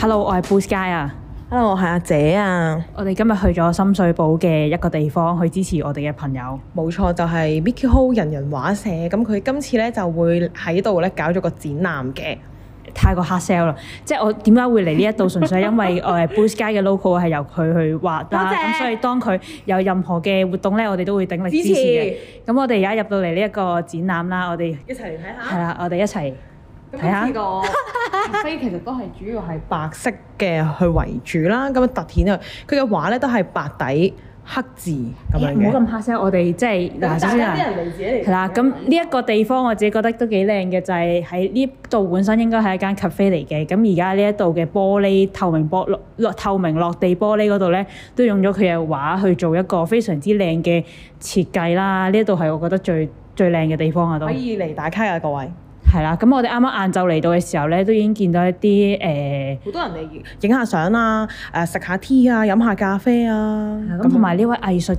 Hello，我係 Boost Guy 啊！ Hello，我係阿姐啊，我哋今日去咗深水埗嘅一個地方去支持我哋嘅朋友。冇錯就係 Mickey Ho 人人畫社，咁佢今次咧就會喺度咧搞咗個展覽嘅，太過 hard sell 啦！即係我點解會嚟呢一度，純粹係因 為我係 Boost Guy 嘅 logo 係由佢去畫多啦。謝咁所以當佢有任何嘅活動咧，我哋都會鼎力支持嘅。咁我哋而家入到嚟呢一個展覽啦，我哋一齊嚟睇係下。啦，我哋一齊咁睇下今次 個飛其實都係主要係白色嘅去為主啦，咁啊突顯佢佢嘅畫咧都係白底黑字咁樣咦唔好嘅。咁 hard sell，我哋即係嗱，首先啊。嚟自己嚟係啦，咁啊呢一個地方我自己覺得都幾靚嘅，就係喺呢度本身應該係一間 cafe 嚟嘅，咁而家呢一度嘅玻璃透明玻落落透明落地玻璃嗰度咧，都用咗佢嘅畫去做一個非常之靚嘅設計啦。呢一度係我覺得最最靚嘅地方啊，都可以嚟打卡啊，各位，係啦。咁我哋啱啱晏晝嚟到嘅時候咧，都已經見到一啲誒。呃好多人嚟影下相啊，誒食下 tea 啊，飲下咖啡啊，咁同埋呢位藝術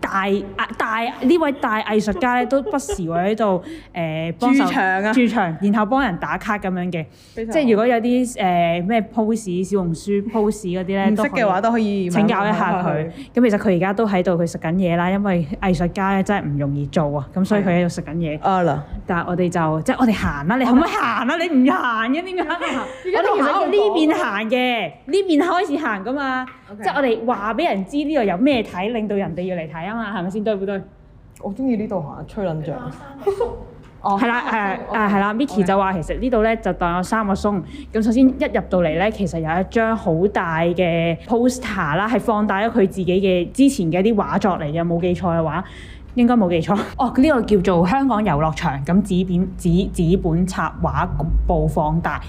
大啊大呢位大藝術家咧，都不時會喺度誒幫手駐場啊駐場，然後幫人打卡咁樣嘅。非常即係如果有啲誒咩 pose 小紅書 pose 嗰啲咧，唔都識可以嘅話都可以請教一問下佢。咁其實佢而家都喺度，佢食緊嘢啦，因為藝術家咧真係唔容易做啊，咁所以佢喺度食緊嘢。啊啦，但係我哋就即係我哋行啦，你可唔可以行啊啦？你唔行嘅 點解？我哋其實要呢邊行嘅，呢邊開始行噶嘛。 OK 即係我哋話俾人知呢度有咩睇，令到人哋要嚟睇啊嘛，係咪先？對唔對？我中意呢度行，吹冷象。哦係啦，誒誒係啦，Micky 就話其實呢度咧就當有三個鬆。咁首先一入到嚟咧，其實有一張好大嘅 poster 啦，係放大咗佢自己嘅之前嘅一啲畫作嚟嘅，冇記錯嘅話。應該冇記錯。 哦，呢、個叫做香港遊樂場，咁紙片紙紙本插畫部放大，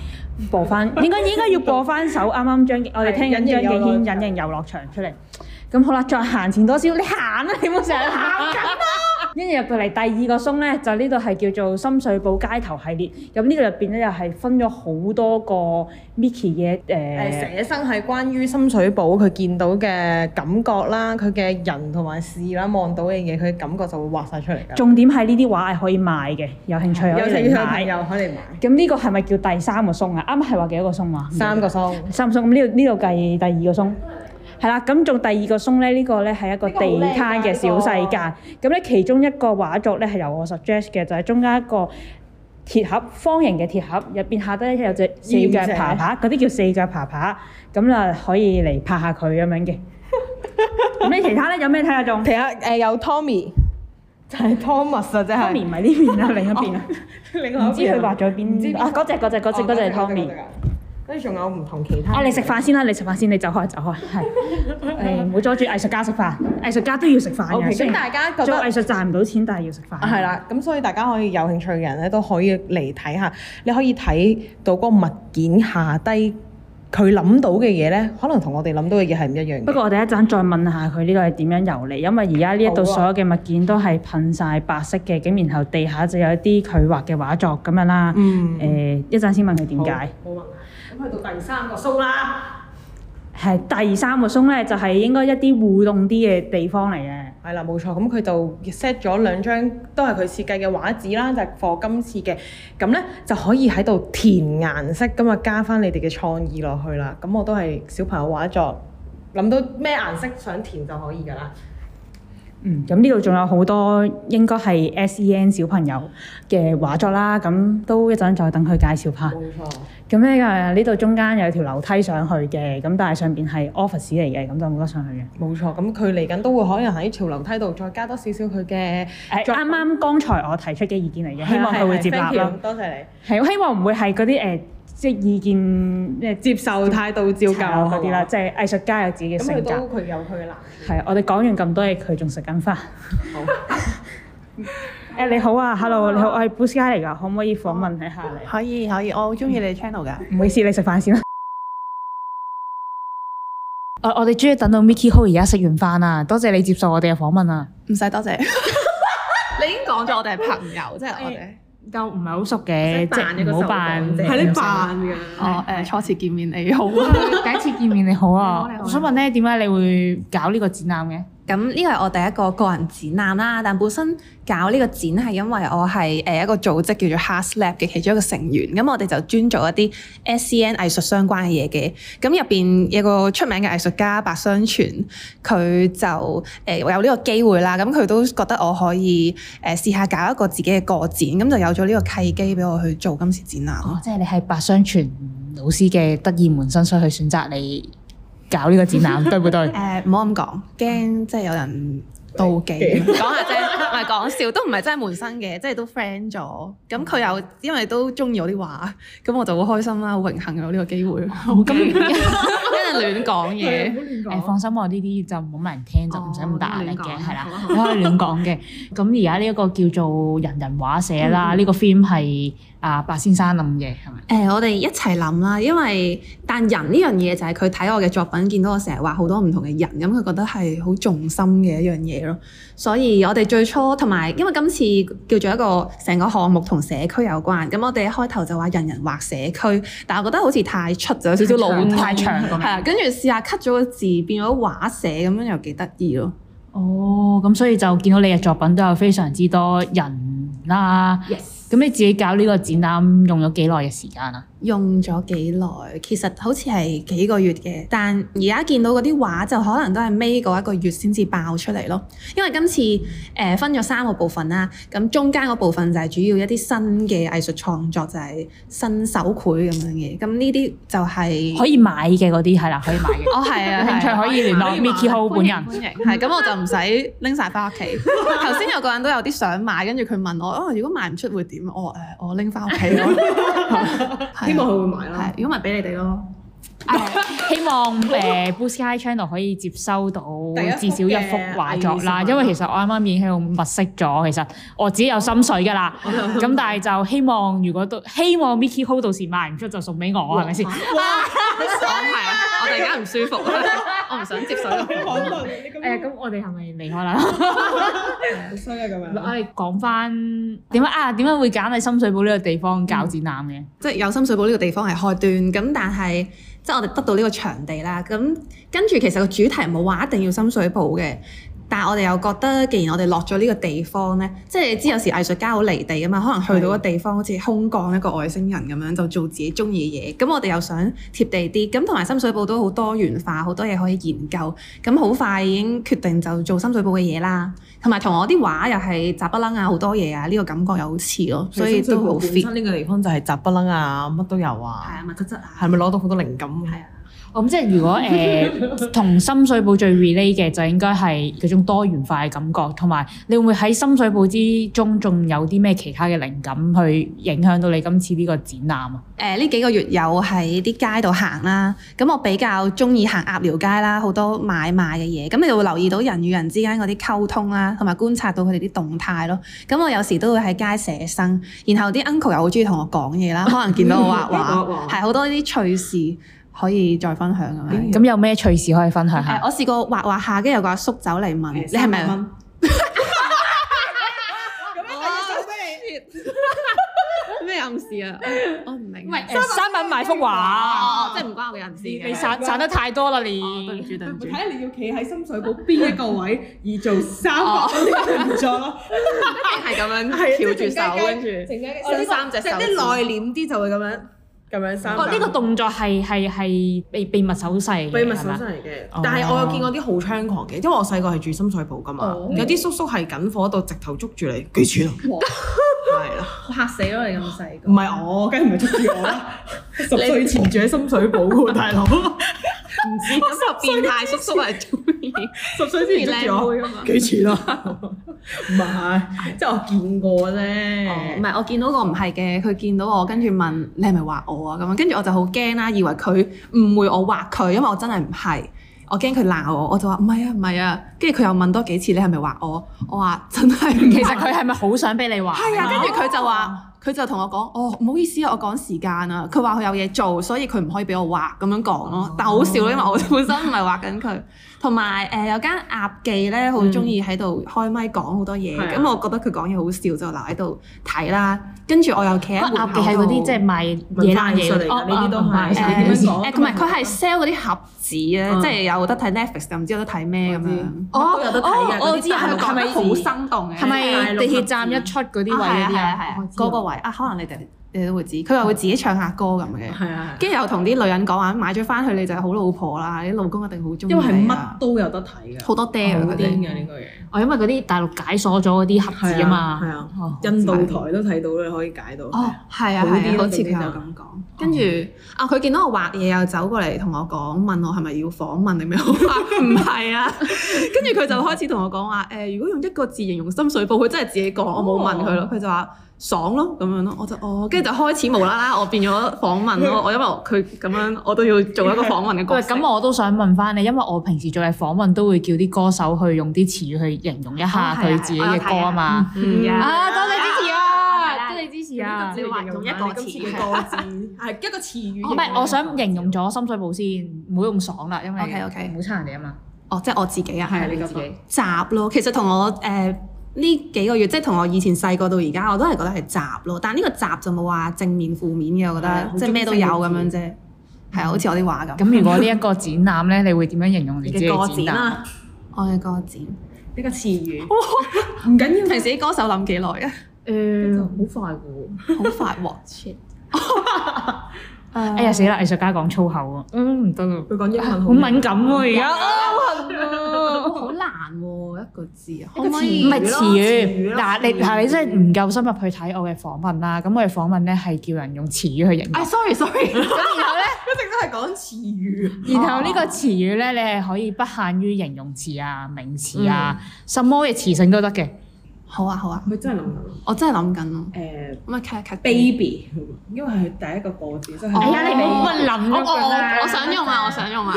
播 翻應該應該要播翻首啱啱張我哋聽緊張敬軒隱形遊樂場出嚟。咁好啦，再行前多少，你行啦、你冇成日行啊緊啦。跟住入到嚟第二個鬆咧，就呢度係叫做深水埗街頭系列。咁呢度入邊咧又係分咗好多個 Mickey 嘅誒誒。寫生係關於深水埗佢見到嘅感覺啦，佢嘅人同埋事啦，望到嘅嘢，佢嘅感覺就會畫晒出嚟㗎。重點係呢啲畫係可以賣嘅，有興趣啊可以有嚟興趣嘅朋買。友可以買咁呢個係咪叫第三個鬆啊？啱啱係話幾多個鬆啊？三個松。三個鬆，咁呢度呢度計第二個鬆。係啦，咁仲第二個鬆咧，呢、個咧係一個地攤嘅小世界。咁咧其中一個畫作咧係由我 suggest 嘅，就係、中間一個鐵盒，方形嘅鐵盒，入邊下低咧有隻四腳爬爬，嗰啲叫四腳爬爬。咁啊可以嚟拍下佢咁樣嘅。咁你其他咧有咩睇下啊仲？ 睇下誒有 Tommy，就係 Thomas 啊，真湯係。面唔係呢邊啊，另一邊啊，另唔知佢畫咗唔知邊邊啊？嗰只嗰只嗰只嗰只係湯面。。跟住仲有唔同其他。啊！你食飯先啦，你食飯先，你走開走開， 係誒唔好阻住藝術家食飯，藝術家都要食飯 OK，嘅。雖咁然大家覺做得藝術賺唔到錢，但係要食飯。係，啦，咁所以大家可以有興趣嘅人咧都可以嚟睇下，你可以睇到嗰個物件下低佢諗到嘅嘢咧，可能同我哋諗到嘅嘢係唔一樣不嘅。過我哋一陣再問下佢呢個係點樣由嚟，因為而家呢一好度啊所有嘅物件都係噴晒白色嘅，咁然後地下就有一啲佢畫嘅畫作咁樣啦。嗯誒，一陣先問佢點解。好啊，咁去到第三個 show 啦，係第三個鬆咧，就係應該一啲互動啲嘅地方嚟嘅。係啦，冇錯。咁佢就 set 咗兩張都係佢設計嘅畫紙啦，就係、for 今次嘅。咁咧就可以喺度填顏色，咁啊加翻你哋嘅創意落去啦。咁我都係小朋友畫作，諗到咩顏色想填就可以㗎啦。嗯，咁呢度仲有好多應該係 S.E.N 小朋友嘅畫作啦，咁都一陣再等佢介紹下。冇錯。咁咧誒，呢度中間有條樓梯上去嘅，咁但係上邊係 office 嚟嘅，咁就冇得上去嘅。冇錯，咁佢嚟緊都會可能喺潮流梯度再加多少少佢嘅，誒，作啱啱剛才我提出嘅意見嚟嘅，希望佢會接納係係係咯 thank you，。多謝你係，我希望唔會係嗰啲誒，即係意見咩接受態度照教舊嗰啲啦，。即係藝術家有自己嘅啊咁性佢都格。佢有佢嘅難係，我哋講完咁多嘢，佢仲食緊飯。 誒你好啊，hello，你好，我係 Bruce 街嚟㗎，可唔可以訪問一下你？可以可以，我好中意你 channel 噶。唔好意思，你食飯先啦。我我哋終於等到 Mickey Ho 而家食完飯啦，多謝你接受我哋嘅訪問啊！唔使多謝， 你已經講咗我哋係朋友，即係我哋。又唔係好熟嘅，即係唔好扮，嘅，㗎。哦誒，初次見面你好啊。 第一次見面你好啊你好你！好我想問咧，點解你會搞呢個展覽嘅？ 咁呢個係我第一個個人展覽啦，但本身搞呢個展係因為我係誒一個組織叫做 Heart Lab 嘅其中一個成員，咁我哋就專做一啲 SEN 藝術相關嘅嘢嘅。咁入邊有個出名嘅藝術家白雙全，佢就誒、有呢個機會啦，咁佢都覺得我可以誒、試下搞一個自己嘅個展，咁就有咗呢個契機俾我去做今次展覽。哦，即係你係白相傳老師嘅得意門辛水去選擇你搞呢個展 覽，對唔對？呃誒唔好咁講，驚即係有人妒忌，講下啫，唔係講笑，都唔係真係門生嘅，即係都 friend 咗。咁佢又因為都中意我啲畫，咁我就好開心啦，好榮幸有呢個機會。 咁真係亂講嗯嘢，誒放心，我呢啲就冇乜人聽，就唔使咁大壓力哦嘅，亂講係啦好啊，好我可以亂講嘅。咁而家呢一個叫做人人畫社啦，嗯呢個 film 係啊白先生諗嘅，係咪？誒、我哋一齊諗啦，因為但人呢樣嘢就係佢睇我嘅作品，見到我成日畫好多唔同嘅人，咁佢覺得係好重心嘅一樣嘢咯。所以我哋最初同埋，因為今次叫做一個成個項目同社區有關，咁我哋一開頭就話人人畫社區，但係我覺得好似太出咗，有少少老土，太長咁係 樣。啊，跟住試下 cut 咗個字，變咗畫社咁樣又幾得意咯。哦，咁所以就見到你嘅作品都有非常之多人啦。咁你自己搞呢個展覽用咗幾耐嘅時間啊？用咗幾耐，其實好似係幾個月嘅，但而家見到嗰啲畫就可能都係尾嗰一個月先至爆出嚟咯。因為今次誒、呃分咗三個部分啦，咁中間嗰部分就係主要一啲新嘅藝術創作，就係、新手繪咁樣嘅。咁呢啲就係、可以買嘅嗰啲係啦，可以買 嘅。哦係有啊，興係趣啊可以聯絡 Micky Ho 本人。歡迎。係咁我就唔使拎晒翻屋 企。頭先有個人都有啲想買，跟住佢問我：哦，如果賣唔出會點？我誒、呃我拎翻屋企 咯。係啊希望佢會買啦係，如果咪俾你哋咯。 希望誒 Blue Sky Channel 可以接收到第一幅至少一幅畫作啦，因為其實我啱啱已經喺度物色咗，其實我自己有心水㗎啦。 嗯咁但係就希望如果都希望 Micky Ho 到時賣唔出就送俾我，係咪先？ 係啊，我突然間唔舒服，我唔想接受呢個訪問。 誒，咁我哋係咪離開啦？好衰啊咁 我哋講翻點解啊？點解會揀喺深水埗呢個地方搞展覽嘅？即係有深水埗呢個地方係開端，咁但係即係我哋得到呢個場地啦，咁跟住其實個主題冇話一定要深水埗嘅。但係我哋又覺得，既然我哋落咗呢個地方呢，即係你知有時藝術家好離地啊嘛，可能去到個地方好似空降一個外星人咁樣，就做自己中意嘅嘢。咁我哋又想貼地啲，咁同埋深水埗都好多元化，好多嘢可以研究。咁好快已經決定就做深水埗嘅嘢啦，同埋同我啲畫又係雜不楞啊，好多嘢啊，呢、個感覺又好似咯，所以都好 fit。啊呢個地方就係雜不楞啊，乜都有係啊，啊，物質質啊。係咪攞到好多靈感？哦咁即係如果誒同深水埗最 relate 嘅就應該係嗰種多元化嘅感覺，同埋你會唔會喺深水埗之中仲有啲咩其他嘅靈感去影響到你今次呢個展覽啊？誒呃呢幾個月有喺啲街度行啦，咁我比較中意行鴨寮街啦，好多買賣嘅嘢，咁你就會留意到人與人之間嗰啲溝通啦，同埋觀察到佢哋啲動態咯。咁我有時都會喺街寫生，然後啲 uncle 又好中意同我講嘢 啦，可能見到我畫 嗯畫，係好多呢啲趣事可以再分享咁樣。咁有咩趣事可以分享誒下？我試過畫畫下，跟住有個阿叔走嚟問你係咪？咩暗示啊？我唔明。唔係誒，三品賣幅畫，即係唔關我嘅人事嘅。你散散得太多啦你。對唔住對唔住。睇下你要企喺深水埗邊一個位而做三百蚊唔錯 咯， 係咁樣即翹係 住手，跟住整緊伸三隻手指。斂啲就會咁樣咁樣三哦，呢個動作係係係秘秘密手勢嘅，秘密手係嘛真嚟嘅哦，但係我有見過啲好猖狂嘅，因為我細個係住深水埗噶嘛，哦有啲叔叔係緊火度直頭捉住你幾錢啊？係啦，嚇死咯！你咁細唔係我，梗係唔係捉住我啦，十歲前住喺深水埗喎，大佬， 咁就變態叔叔係中 意哦十歲之前捉住我啊嘛。幾錢啊？唔係，即係我見過啫。哦唔係，我見到個唔係嘅，佢見到我，跟住問你係咪畫我啊？咁樣，跟住我就好驚啦，以為佢誤會我畫佢，因為我真係唔係，我驚佢鬧我，我就話唔係啊，唔係啊。跟住佢又問多幾次你係咪畫我？我話真係唔係，其實佢係咪好想俾你畫？係啊，跟住佢就話。佢就同我講：哦，唔好意思啊，我趕時間啊。佢話佢有嘢做，所以佢唔可以俾我畫咁樣講咯。但好笑咯，因為我本身唔係畫緊佢。同埋誒有間鴨記咧，好中意喺度開咪講好多嘢。係啊咁我覺得佢講嘢好笑，就留喺度睇啦。跟住我又企喺門鴨口記係嗰啲度即係賣嘢啦文化嘢藝術嚟㗎呢啲都係哦哦係哦點樣誒講呃誒，同埋佢係 sell 嗰啲盒子咧，嗯即係有得睇 Netflix 就唔知有得睇咩咁我知樣。都有得睇嘅哦嗰啲我知啊大陸佢講得好盒子生動嘅，係啊咪大陸地合鐵照站一出嗰啲位啊嗰啲係啊係啊？啊係我啊，知道嗰個位啊，可能你哋你都會知，佢話會自己唱下歌咁嘅。係啊，跟住又同啲女人講話，買咗翻去你就係好老婆啦，啲老公一定好中意因為係你乜啊，都有得睇嘅，好多爹啊好佢癲哋。嘅呢個嘢。哦，因為嗰啲大陸解鎖咗嗰啲盒子啊係嘛。啊，哦印度台都睇到你可以解到。哦，係啊好啲係啊，咯好似佢嗰有啲就咁講。跟住啊，佢見到我畫嘢又走過嚟同我講，問我係咪要訪問定咩？我話唔係啊。跟住佢就開始同我講話誒，如果用一個字形容深水埗，佢真係自己講，我冇問佢咯。佢就話爽咯咁樣咯，我就哦，跟住就開始無啦啦，我變咗訪問咯。我因為佢咁樣，我都要做一個訪問嘅角喂，色。咁我都想問翻你，因為我平時做嘅訪問都會叫啲歌手去用啲詞去形容一下哦係啊佢自己嘅歌啊嘛。嗯啊啊，多謝支持係啊！啦多謝支持啊！你話用一個詞今次嘅個字 Ờ, 係一個詞語。哦唔係，我想形容咗深水埗先，唔好用爽啦，因為 OK，OK 唔好差人哋啊嘛。哦，即係我自己啊，係啊，你你覺自己得？雜咯。其實同我呃誒呢、幾個月，即係同我以前細個到而家，我都係覺得係雜咯。但呢個雜就冇話正面負面嘅，我覺係啊得好即係咩都中性有嘅咁樣字啫。係啊，好似我啲畫咁。咁如果呢一個展覽咧，你會點樣形容你自己歌嘅展展覽？啦，我嘅歌展。呢個詞語唔緊要，平時啲歌手諗幾耐啊？呃誒，好快嘅喎。好快喎 shit 哎呀死啦！藝術家講粗口啊，嗯唔得啦，佢講 Ờ, 英文好敏感喎而家。好難喎、一個字啊，可唔可以？唔係詞詞語語，咯嗱你詞語嗱你真係唔夠深入去睇我嘅訪問啦。咁我嘅訪問咧係叫人用詞語去形容哎。，sorry sorry，咁 然後咧，一直都係講詞語。然後呢個詞語咧，你係可以不限於形容詞啊、名詞啊，什麼嘅詞性都得嘅。好啊好啊，佢真係諗緊我真係諗緊咯，Ờ, 誒咁啊 cut 一 cut 啲 baby，因為係第一個個字，Ờ. 真係。哎呀，你唔好咁諗我咗我佢啦我我想用啊，我想用啊。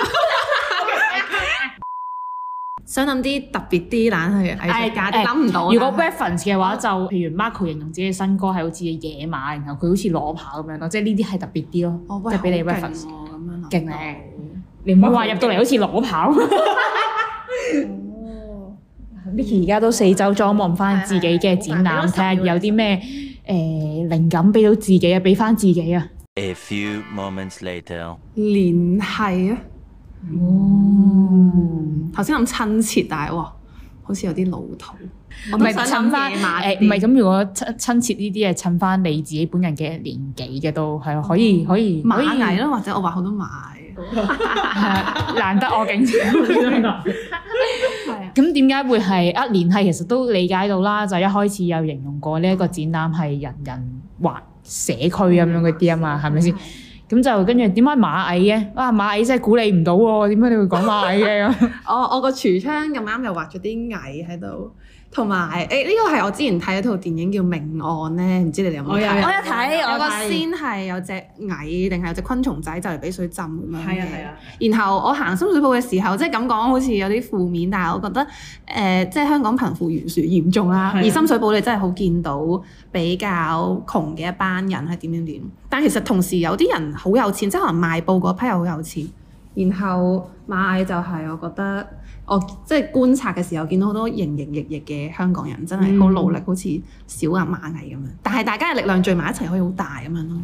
想諗啲特別啲懶係藝術家啲，哎諗唔到啊。如果 reference 嘅話，就譬如 Marco 形容自己嘅新歌係好似野馬，然後佢好似裸跑咁樣咯，即係呢啲係特別啲咯，我喂即係俾你好勁喎 reference 咁樣諗勁咧。你唔好話哦入到嚟好似裸跑。Vicky 哦而家都四周裝望翻自己嘅展覽，睇下有啲咩誒靈感俾到自己啊，俾翻自己啊。 A few moments later. 聯繫啊！哦唔頭先諗親切，但係哇，好似有啲老土。我都係想襯諗翻野馬誒，啲唔係咁。如果親親切呢啲嘢襯翻你自己本人嘅年紀嘅都係可以可以可以螞蟻咯，或者我話好多螞蟻。係啊難得我竟然。係啊，咁點解會係啊？聯繫其實都理解到啦，就一開始有形容過呢一個展覽係人人或社區咁樣嗰啲啊嗯嘛，係咪先？咁就跟住點解螞蟻嘅？哇！螞蟻真係估你唔到喎，點解你會講螞蟻嘅咁？我我個櫥窗咁啱又畫咗啲蟻喺度，同埋誒呢個係我之前睇一套電影叫《命案》咧，唔知你哋有冇我有睇？我有睇有個先係有隻蟻定係有隻昆蟲仔就嚟俾水浸咁樣嘅。à, 係啊係啊，然後我行深水埗嘅時候，即係咁講好似有啲負面，但係我覺得誒、呃即係香港貧富懸殊嚴重啦。係啊而深水埗你真係好見到比較窮嘅一班人係點點點，但其實同時有啲人好有錢，即係可能賣報嗰批又好有錢。然後螞蟻就係我覺得我即係觀察嘅時候，見到好多營營役役嘅香港人真係好努力，好似小鴨螞蟻咁樣。但係大家嘅力量聚埋一齊可以好大咁樣咯，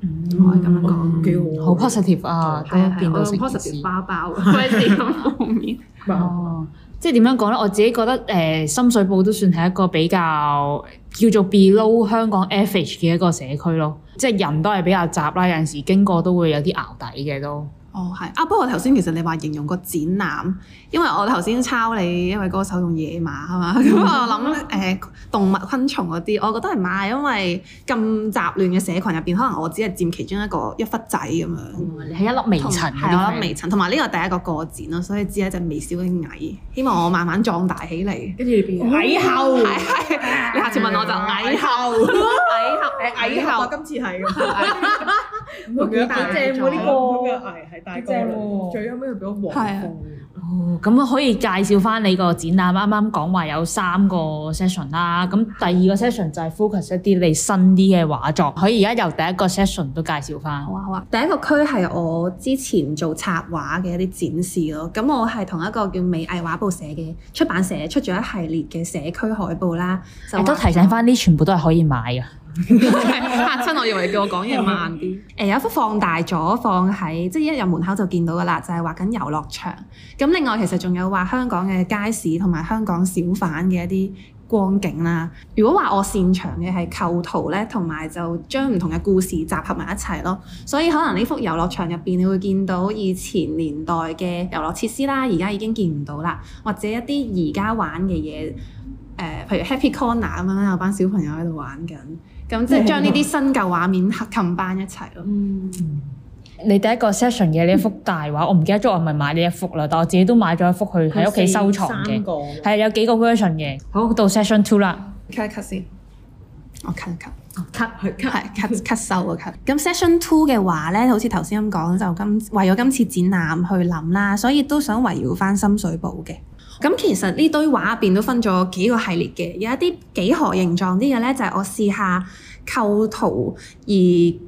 可以咁樣講。幾好 positive 啊，都變到成件事。包包，開始咁負面。哦，即係點樣講咧？我自己覺得誒、呃深水埗都算係一個比較叫做 below 香港 average 嘅一個社區咯，即係人都係比較雜啦，有陣時經過都會有啲淆底嘅都。哦，係啊！不過頭先其實你話形容個展覽，因為我頭先抄你一位歌手用野馬啊嘛， 咁我嗯諗誒、動物昆蟲嗰啲，我覺得係馬，因為咁雜亂嘅社群入邊，可能我只係佔其中一個一忽仔咁樣。嗯你係一啊粒微同塵嗰係我啲諗微塵，同埋呢個係第一個個展咯，所以只係一隻微小嘅蟻，希望我慢慢壯大起 嚟。跟住變哦蟻後，係 係，你下次問我就蟻後，蟻蟻後， 後，今次係咁。佢嘅大正咗喎呢個，佢嘅牙係大個正喎最後尾佢俾咗係黃啊蜂。哦，咁可以介紹翻你個展覽，啱啱講話有三個 session 啦，咁第二個 session 就係 focus 一啲你新啲嘅畫作，可以而家由第一個 session 都介紹翻好。啊好啊，第一個區係我之前做插畫嘅一啲展示咯。咁我係同一個叫美藝畫報社嘅出版社出咗一系列嘅社區海報啦。就誒都話提醒 翻，呢全部都係可以買嘅。 嚇親我，以為你叫我講嘢慢啲。誒、有一幅放大咗，放喺即係一入門口就見到噶啦，就係畫緊遊樂場。咁另外其實仲有畫香港嘅街市同埋香港小販嘅一啲光景啦。如果話我擅長嘅係構圖咧，同埋就將唔同嘅故事集合埋一齊咯。所以可能呢幅遊樂場入邊，你會見到以前年代嘅遊樂設施啦，而家已經見唔到啦，或者一啲而家玩嘅嘢。誒、譬如 Happy Corner 咁樣啦，有班小朋友喺度玩緊，咁即係將呢啲新舊畫面合冚班一齊咯。你第一個 session 嘅呢一幅大畫，我唔記得咗我係咪買呢一幅啦，但我自己都買咗一幅去喺屋企收藏嘅三，個係有幾個 version 嘅。好，到 session two 啦， cut 一 cut 先，我 cut 一 cut。 cut 去 cut。係 cut cut 收個 cut。咁 session two 嘅話咧，好似頭先咁講，就今為咗今次展覽去諗啦，所以都想圍繞翻深水埗嘅。咁其實呢堆畫入邊都分咗幾個系列嘅，有一啲幾何形狀啲嘅咧，就係、我試下構圖，而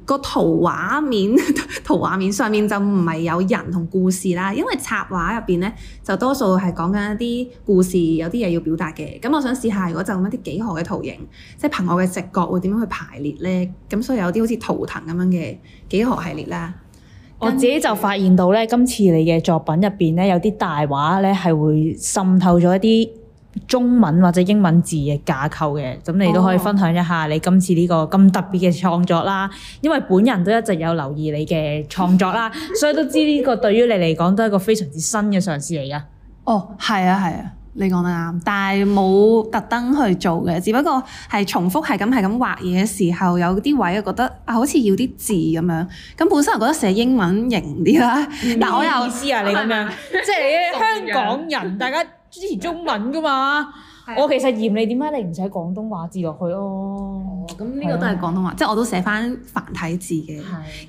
個圖畫面 圖畫面上面就唔係有人同故事啦，因為插畫入邊咧就多數係講緊一啲故事，有啲嘢要表達嘅。咁我想試下，如果就咁一啲幾何嘅圖形。即係憑我嘅直覺會點樣去排列咧？咁所以有啲好似圖騰咁樣嘅幾何系列啦。我自己就發現到咧，今次你嘅作品入邊咧有啲大畫咧係會滲透咗一啲中文或者英文字嘅架構嘅，咁你都可以哦分享一下你今次呢個咁特別嘅創作啦。因為本人都一直有留意你嘅創作啦，所以都知呢個對於你嚟講都係一個非常之新嘅嘗試嚟㗎。哦，係啊，係啊，你講得啱，但係冇特登去做嘅，只不過係重複係咁係咁畫嘢嘅時候，有啲位覺得啊，好似要啲字咁樣。咁本身我覺得寫英文型啲啦，但我又哦意思啊，你咁樣， 即係你香港人，大家之前中文噶嘛。啊我其實嫌你點解你唔寫廣東話字落去咯？哦啊咁呢個都係廣東話，即係我都寫翻繁體字嘅。係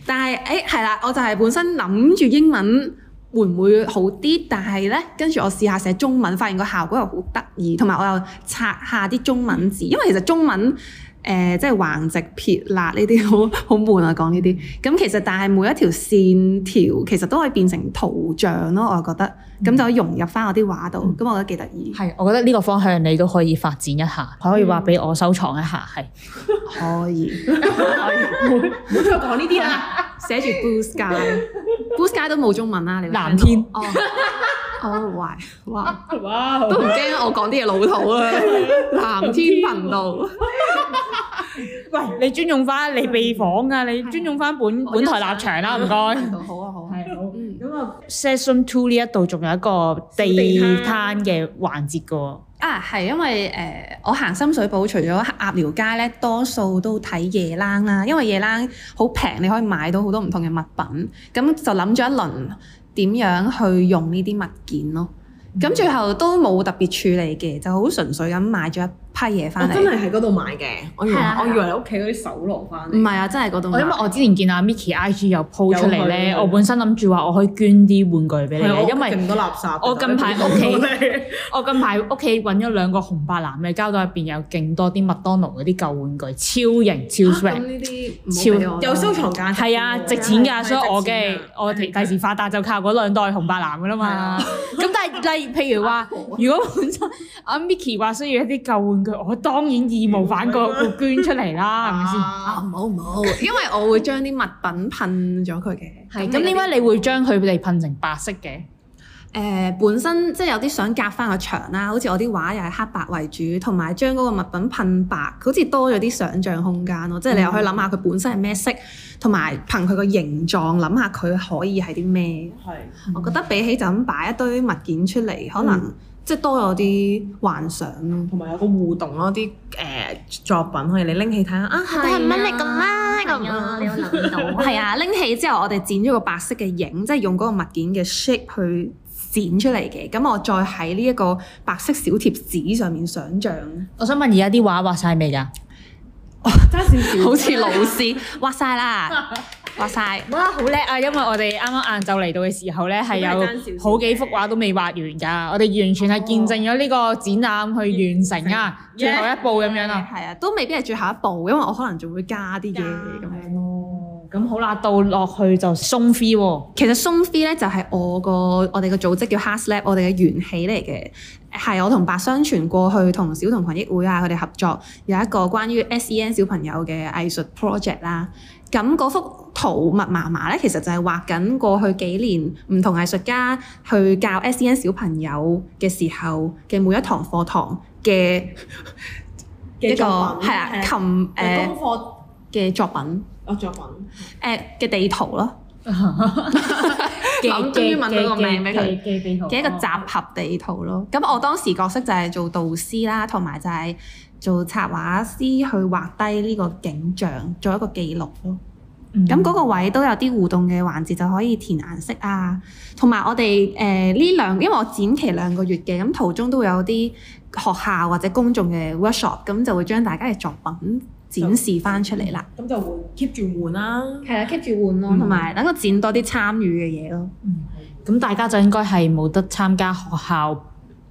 但係誒係啦，我就係本身諗住英文會唔會好啲，但係咧跟住我試下寫中文，發現個效果又好得意，同埋我又拆下啲中文字，因為其實中文誒、呃即係橫直撇捺呢啲好 好悶啊，講呢啲。咁其實但係每一條線條其實都可以變成圖像咯，我又覺得嗯咁就可以融入翻我啲畫度，咁、我覺得幾得意。係，我覺得呢個方向你都可以發展一下，可以話俾我收藏一下，係可以唔好再講呢啲啦。寫住 blue sky，blue sky 都冇中文啦，你會藍聽到天哦，哦，哇 哇！哇！都唔驚我講啲嘢老土啊！藍天頻道，喂，你尊重翻你被訪啊，你尊重翻本本台立場啦，唔該。頻道好啊好啊，係好。嗯，咁啊， Session Two 呢一度仲有一個地攤嘅環節噶喎。啊係因為誒、呃我行深水埗，除咗鴨寮街咧，多數都睇夜冷啦，因為夜冷好平，你可以買到好多唔同嘅物品，咁就諗咗一輪點樣去用呢啲物件咯。嗯咁最後都冇特別處理嘅，就好純粹咁買咗一批嘢我哦翻真嚟。係喺嗰度買嘅，我以為係啊我以為你屋企嗰啲手攞翻唔嚟。係啊，真係嗰度我買。哦因為我之前見阿 Miki IG 有 po 出嚟咧，有去我本身諗住話我可以捐啲玩具俾你嘅，因為勁多垃圾。我近排屋企 我近排屋企揾咗兩個紅白藍嘅膠袋，入邊有勁多啲麥當勞嗰啲舊玩具，超型超 swag。啊呢超啲唔好俾我啦有收藏價值喎。係啊，值錢㗎，係所以我嘅值錢啊我第第時發達就靠嗰兩袋紅白藍㗎啦嘛。啊咁但係 例如譬如話，如果本身阿 Miki 話需要一啲舊玩具，我當然義無反顧會捐出嚟啦，係咪啊，啊唔好唔好，因為我會將啲物品噴咗佢嘅。先？係咁點解你會將佢哋噴成白色嘅？誒、呃本身即係有啲想隔翻個牆啦，好似我啲畫又係黑白為主，同埋將嗰個物品噴白，好似多咗啲想像空間咯。即係你又嗯可以諗下佢本身係咩色，同埋憑佢個形狀諗下佢可以係啲咩。係我覺得比起就咁擺一堆物件出嚟，可能、嗯即係多咗啲幻想咯。同埋有個互動咯，啲誒作品可以你拎起睇下啊，都係乜嚟咁啦？咁啊，你有諗到？係啊，拎起之後，我哋剪咗個白色嘅影，即係用嗰個物件嘅 shape 去剪出嚟嘅。咁我再喺呢一個白色小貼紙上面想像。我想問而家啲畫畫晒未㗎？爭少少， 好似老師，畫晒啦，畫晒。哇，好叻啊！因為我哋啱啱晏晝嚟到嘅時候咧，係都係爭少有少好幾幅畫都未畫完㗎，我哋完全哦係見證咗呢個展覽去完成啊，最後一步咁樣啊。係啊，都未必係最後一步，因為我可能仲會加啲嘢咁樣。哦，咁好啦，到落去就鬆 free 喎。其實松 free 咧就係我個我哋個組織叫 h a s l a b 我哋嘅緣起嚟嘅，係我同白相傳過去同小童群益會啊佢哋合作有一個關於 SEN 小朋友嘅藝術 project 啦。咁嗰幅圖密麻麻咧，其實就係畫緊過去幾年唔同藝術家去教 SEN 小朋友嘅時候嘅每一堂課堂嘅一個係啊琴誒功課嘅作品我作品。誒嘅地圖咯。嘅終於揾到個名俾佢嘅嘅地圖嘅一個集合地圖咯。咁我當時角色就係做導師啦，同埋就係做插畫師去畫低呢個景象，做一個記錄咯。嗯咁嗰個位都有啲互動嘅環節，就可以填顏色啊，同埋我哋誒呢兩，因為我展期兩個月嘅，咁途中都會有啲學校或者公眾嘅 workshop，咁就會將大家嘅作品展示翻出嚟啦。咁就會 keep 住換啦。係啦，keep 住換咯，同埋等個展多啲參與嘅嘢咯。咁大家就應該係冇得參加學校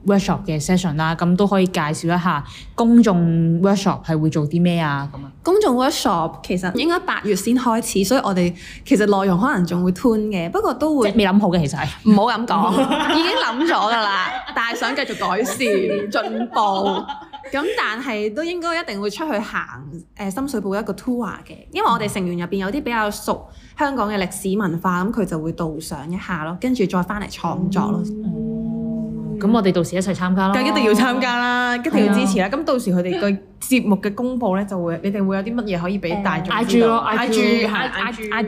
workshop 嘅 session 啦，咁都可以介紹一下公眾 workshop 係會做啲咩啊咁啊。公眾 workshop 其實應該八月先開始，所以我哋其實內容可能仲會 tune 嘅，不過都即會係未諗好嘅其實係。唔好咁講， 已經諗咗噶啦，但係想繼續改善進步。啊咁但係都應該一定會出去行誒、深水埗一個 tour 啊嘅，因為我哋成員入邊有啲比較熟香港嘅歷史文化，咁佢就會導賞一下咯，跟住再翻嚟創作咯。嗯咁我哋到時一齊參加啦。梗係一定要參加啦，一定要支持啦。咁到時佢哋個節目嘅公佈咧，就會你哋會有啲乜嘢可以俾大眾 I 知 G 道咯，I IG G 係 I G I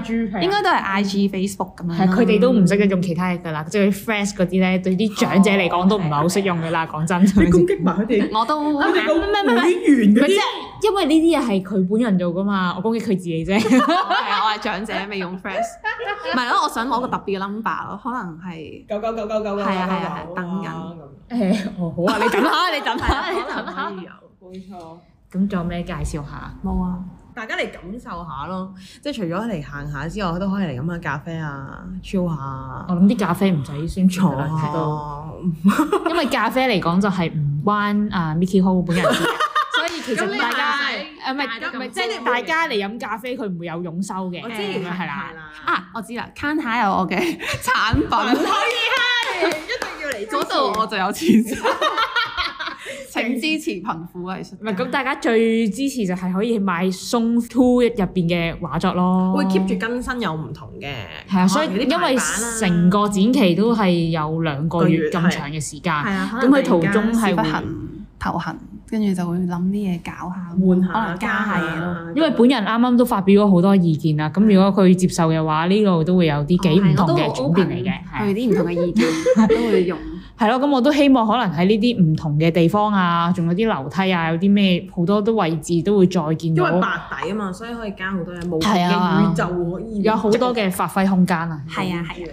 G 係啊應該都係 IG、Facebook 咁樣係咯。佢哋都唔識得用其他嘢㗎啦，即係 fresh 嗰啲咧，對啲長者嚟講都唔係好識用㗎啦。講真，你攻擊埋佢哋，我都佢哋個會員嗰咪即啲係因為呢啲嘢係佢本人做㗎嘛，我攻擊佢自己啫。係啊，我係長者未用 Fresh，唔係咯，我想攞個特別嘅 number 咯，可能係九九九九九九，係啊係啊係等緊誒，哦好啊，你等下，你等下，你可等能下。可以有，冇錯。咁仲有咩介紹下？冇啊，大家嚟感受下咯，即係除咗嚟行下之外，都可以嚟飲下咖啡啊，chill 下我，諗啲咖啡唔使宣傳坐㗎哦啦，睇到下。因為咖啡嚟講就係唔關啊 Mickey Ho 本人事嘅，所以其實大家誒唔係唔係即係大家嚟飲咖啡，佢唔會有佣收嘅，我知咁樣係啦。啊，啊，我知啦，Can 下有我嘅 產品，一定要嚟嗰度我就有錢收。請支持貧苦藝術。唔係咁，大家最支持就係可以買《Song Two》入邊嘅畫作咯。會 keep 住更新有唔同嘅，係啊，所以可能有啲因排為版啊成個展期都係有兩個月咁長嘅時間，啊，咁佢途中係不會，痕頭痕，跟住就會諗啲嘢搞下，換下可能加下嘢咯。因為本人啱啱都發表咗好多意見啦。啊咁如果佢接受嘅話，呢度都會有啲哦幾唔同嘅轉變嚟嘅，係啊佢啲唔同嘅意見都會用。係咯。咁我都希望可能喺呢啲唔同嘅地方啊，仲有啲樓梯啊，有啲咩好多都位置都會再見因為白到，底啊嘛，所以可以加好多嘢，無係限啊嘅宇宙可以有好多嘅發揮空間啊。係啊係啊，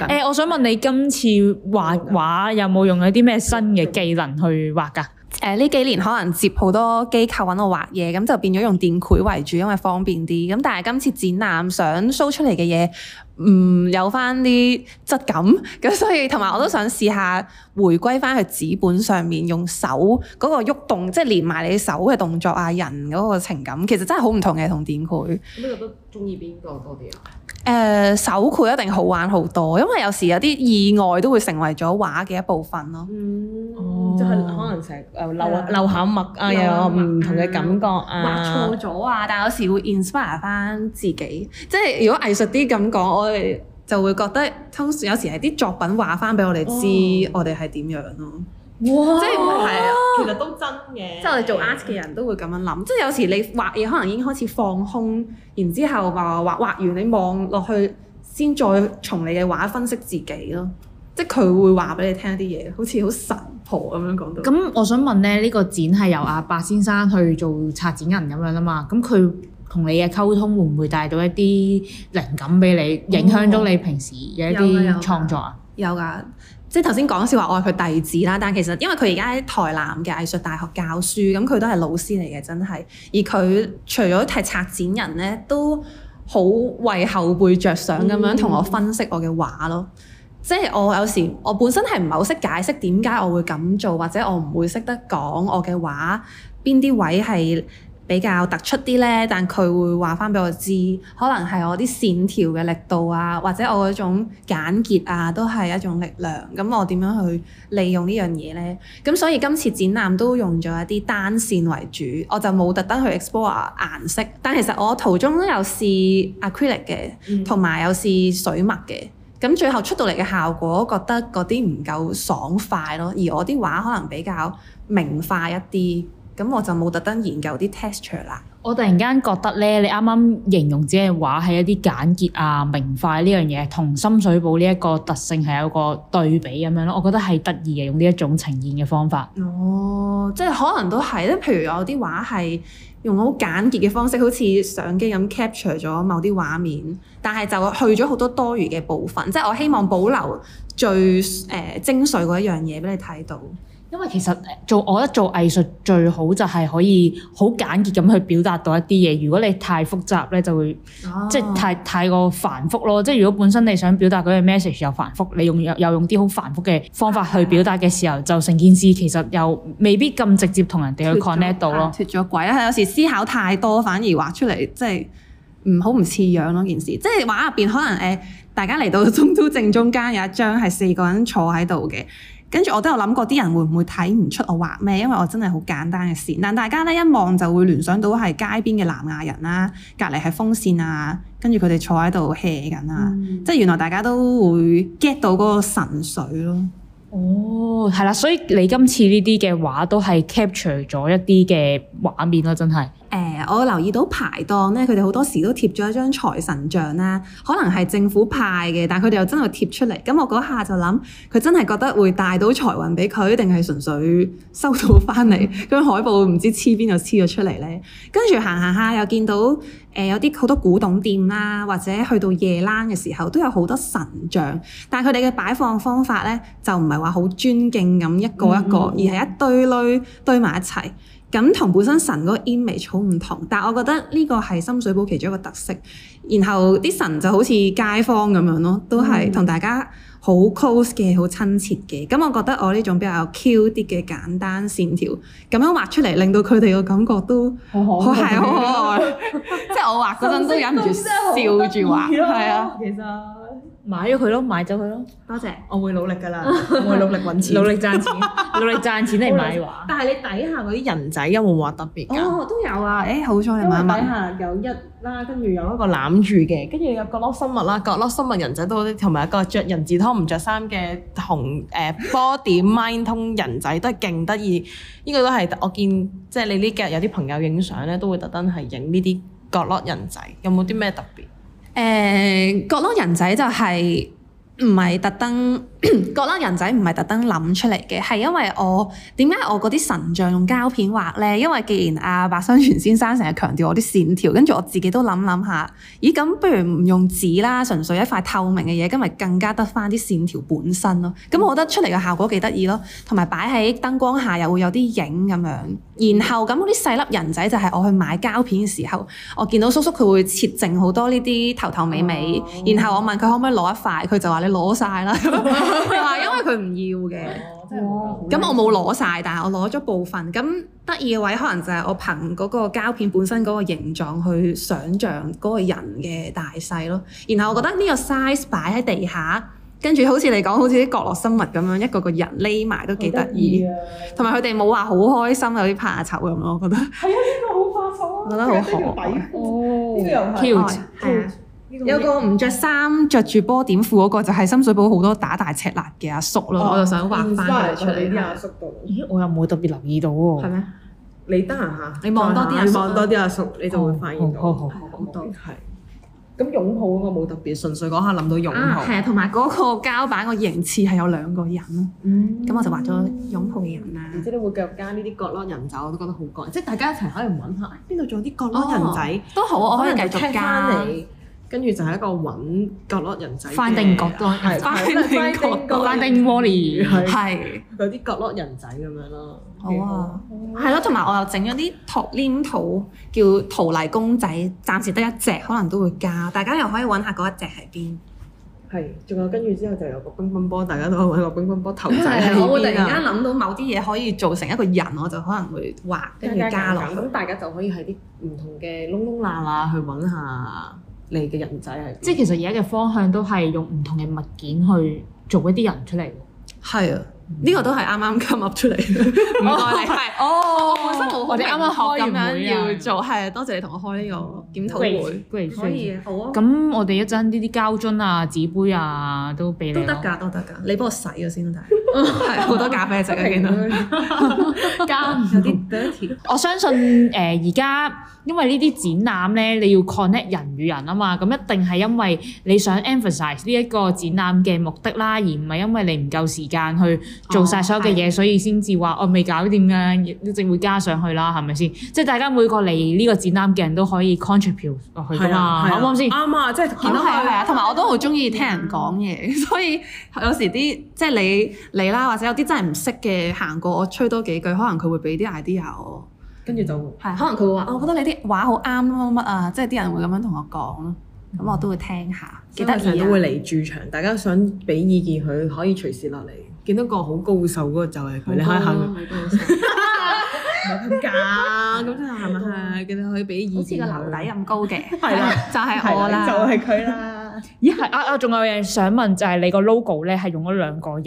嗯誒、我想問你今次畫畫有冇用咗啲咩新嘅技能去畫㗎？誒呢幾年可能接好多機構揾我畫嘢，咁就變咗用電繪為主，因為方便啲。咁但係今次展覽想 show 出嚟嘅嘢，嗯有翻啲質感，咁所以同埋我都想試下回歸翻去紙本上面用手嗰個喐動，即係連埋你手嘅動作啊、人嗰個情感，其實真係好唔同嘅同電繪。咁你覺得中意邊個多啲啊？誒、手繪一定好玩好多，因為有時有啲意外都會成為咗畫嘅一部分咯。嗯即係可能成日誒漏下漏下墨啊，又漏有下墨唔同嘅感覺畫啊錯。咗啊，但有時會 inspire 翻自己。即係如果藝術啲咁講，我哋就會覺得通常有時係啲作品話翻俾我哋知，我哋係點樣咯。哇即係唔係啊？其實都真嘅。即係我哋做 art 嘅人都會咁樣諗。即係有時你畫嘢可能已經開始放空，然之後話畫畫完你望落去，先再從你嘅畫分析自己咯。即係佢會話俾你聽一啲嘢，好似好神婆咁樣講到。咁我想問咧，呢、個展係由阿白先生去做策展人咁樣啦嘛，咁佢同你嘅溝通會唔會帶到一啲靈感俾你，影響到你平時嘅一哦有啊有啊啲創作啊？有噶，誒、即係頭先講笑話我係佢弟子啦，但其實因為佢而家喺台南嘅藝術大學教書，咁佢都係老師嚟嘅，真係。而佢除咗係策展人咧，都好為後輩着想咁樣同我分析我嘅畫咯。即係我有時我本身係唔係好識解釋點解我會咁做，或者我唔會識得講我嘅畫邊啲位係比較突出啲咧，但佢會話翻俾我知，可能係我啲線條嘅力度啊，或者我嗰種簡潔啊，都係一種力量。咁我點樣去利用呢樣嘢咧？咁所以今次展覽都用咗一啲單線為主，我就冇特登去 explore 顏色。但其實我途中都有試 acrylic 嘅，同埋有試水墨嘅。咁最後出到嚟嘅效果，覺得嗰啲唔夠爽快咯，而我啲畫可能比較明快一啲，咁我就冇特登研究啲 texture 啦。我突然間覺得咧，你啱啱形容自己嘅畫係一啲簡潔啊、明快呢樣嘢，同深水埗呢一個特性係有個對比咁樣咯。我覺得係得意嘅，用呢一種呈現嘅方法。哦，即係可能都係咧。譬如有啲畫係用好簡潔嘅方式，好似相機咁 capture 咗某啲畫面，但係就去咗好多多餘嘅部分。即係我希望保留最誒、呃精髓嗰一樣嘢俾你睇到。因為其實呃做我覺得做藝術最好就係可以好簡潔咁去表達到一啲嘢。如果你太複雜咧，就會哦即係太太過繁複咯。即係如果本身你想表達嗰個 message 又繁複，你用又又用啲好繁複嘅方法去表達嘅時候，就成件事其實又未必咁直接同人哋去 connect 到咯。脱啊咗軌啦！有時思考太多，反而畫出嚟即係唔好唔似樣咯。件事即係畫入邊可能誒、呃大家嚟到中都正中間有一張係四個人坐喺度嘅。跟住我都有諗過啲人會唔會睇唔出我畫咩，因為我真係好簡單嘅線。但大家咧一望就會聯想到係街邊嘅南亞人啦，隔離係風扇啊，跟住佢哋坐喺度 hea 緊啊，嗯即係原來大家都會 get 到嗰個神髓咯。哦，係啦，所以你今次呢啲嘅畫都係 capture 咗一啲嘅畫面咯，真係。誒、我留意到排檔咧，佢哋好多時都貼咗一張財神像啦，可能係政府派嘅，但佢哋又真係貼出嚟。咁我嗰下就諗，佢真係覺得會帶到財運俾佢，定係純粹收到翻嚟？ 張海報唔知黐邊就黐咗出嚟咧。跟住行行下又見到誒、有啲好多古董店啦，或者去到夜冷嘅時候都有好多神像，但係佢哋嘅擺放方法咧就唔係話好尊敬咁一個一個，嗯而係一堆堆堆埋一齊。咁同本身神嗰個 image 好唔同，但係我覺得呢個係深水埗其中一個特色。然後啲神就好似街坊咁樣咯，都嗯係同大家好 close 嘅、好親切嘅。咁我覺得我呢種比較 Q 啲嘅簡單線條，咁樣畫出嚟，令到佢哋個感覺都好好可愛係好 可愛。即係我畫嗰陣都忍唔住笑住畫，係啊，，其實。買咗佢咯，買咗佢咯，多謝。我會努力㗎啦，我會努力揾錢。 努力賺 錢，努力賺錢嚟買畫。但係你底下嗰啲人仔有冇話特別㗎？哦，都有啊！誒、好彩你因為底慢慢下有一啦，跟住有一個攬住嘅，跟住有角落生物啦，角落生物人仔都同埋一個着人字拖唔着衫嘅紅誒波點啊 mind 通人仔都係勁得意。呢個都係我見即係你呢幾日有啲朋友影相咧，都會特登係影呢啲角落人仔，有冇啲咩特別？誒角落人仔就係唔係特登 角落人仔唔係特登諗出嚟嘅，係因為我點解我嗰啲神像用膠片畫咧？因為既然阿、白生全先生成日強調我啲線條，跟住我自己都諗諗下，咦咁不如唔用紙啦，純粹一塊透明嘅嘢，咁咪更加得翻啲線條本身咯。咁我覺得出嚟嘅效果幾得意咯，同埋擺喺燈光下又會有啲影咁樣。然後咁嗰啲細粒人仔就係我去買膠片嘅時候。我見到叔叔佢會切剩好多呢啲頭頭尾尾，然後我問佢可唔可以攞一塊，佢就話你攞晒啦。佢話因為佢唔要嘅，哦咁我冇攞晒，但係我攞咗部分。咁得意嘅位可能就係我憑嗰個膠片本身嗰個形狀去想像嗰個人嘅大細咯。然後我覺得呢個 size 擺喺地下。跟住好似你講，好似啲角落生物咁樣，一個個人匿埋都幾得意，啊同埋佢哋冇話哦好開心，有啲怕醜咁咯，我覺得。我覺得好可愛。 Cute 係啊，有個唔着衫着住波點褲嗰個就係深水埗好多打大赤辣嘅阿叔咯，我就想畫翻佢出嚟。叔度， 咦，我又冇特別留意到喎。係咩？你得閒下，你望多啲阿叔你望多啲阿叔，你就會發現到。好好好好好係。咁擁抱嗰個冇特別，純粹嗰下諗到擁啊，抱。係啊，同埋嗰個膠板個形似係有兩個人咯。咁我就畫咗擁抱嘅人啊啦。然之後會繼續加呢啲角落人仔，我都覺得好過癮。即係大家一齊可以揾下，哎邊度仲有啲角落人仔，都好，我可以繼能就續聽加翻。你跟住就係一個揾角落人仔嘅 Finding 角落係 Finding 角落 Finding Wally 係係嗰啲角落人仔咁樣咯。好啊，係咯，同埋我又整咗啲陶黏土叫陶泥公仔，暫時得一隻，可能都會加，大家又可以揾下嗰一隻喺邊。係，仲有跟住之後就有個乒乓波，大家都可以揾個乒乓波頭仔喺 係，我會突邊然間啊。諗到某啲嘢可以做成一個人，我就可能會畫跟住加落去。咁大家就可以喺啲唔同嘅窿窿罅罅去揾下你嘅人仔係邊。即係其實而家嘅方向都係用唔同嘅物件去做一啲人出嚟。係啊，呢個都係啱啱 come up 出嚟， 唔該你。係 哦，本身冇好我哋啱啱開完明確咁會啊樣要做，係多謝你同我開呢個檢討會， Great，可以好啊，咁我哋一陣呢啲膠樽啊、紙杯啊都俾你都得啦，㗎，都得㗎，你幫我洗咗先 得，係好多咖啡色啊，見到哦加有啲 dirty。我相信呃誒而家因為呢啲展覽咧，你要 connect 人與人啊嘛，咁一定係因為你想 emphasize 呢一個展覽嘅目的啦，而唔係因為你唔夠時間去做晒所有嘅嘢，所以先至話我哦未搞掂㗎，一定會加上去啦，係咪先？即係大家每個嚟呢個展覽嘅人都可以 contribute 落去㗎嘛，啱唔啱先？啱啊！即係見見到嗯到係啊係佢啊，同埋我都好中意聽人講嘢，所以有時啲即係你你啦，或者有啲真係唔識嘅行過，我吹多幾句，可能佢會俾啲 idea 我。跟住就係，可能佢會話：我覺得你啲畫好啱乜乜啊，即係啲人會咁樣同我講咯。咁我都會聽下，幾得成日意都啊！會嚟駐場，大家想俾意見佢，可以隨時落嚟。見到個好高手嗰個就係佢，啊你可以行㗎， 咁真係係咪係？見到佢俾意啊好似見個佢，樓底咁高嘅，係啦，就 係我啦，就係佢啦。咦係啊啊！仲有嘢想問就係你個 logo 咧係用咗兩個人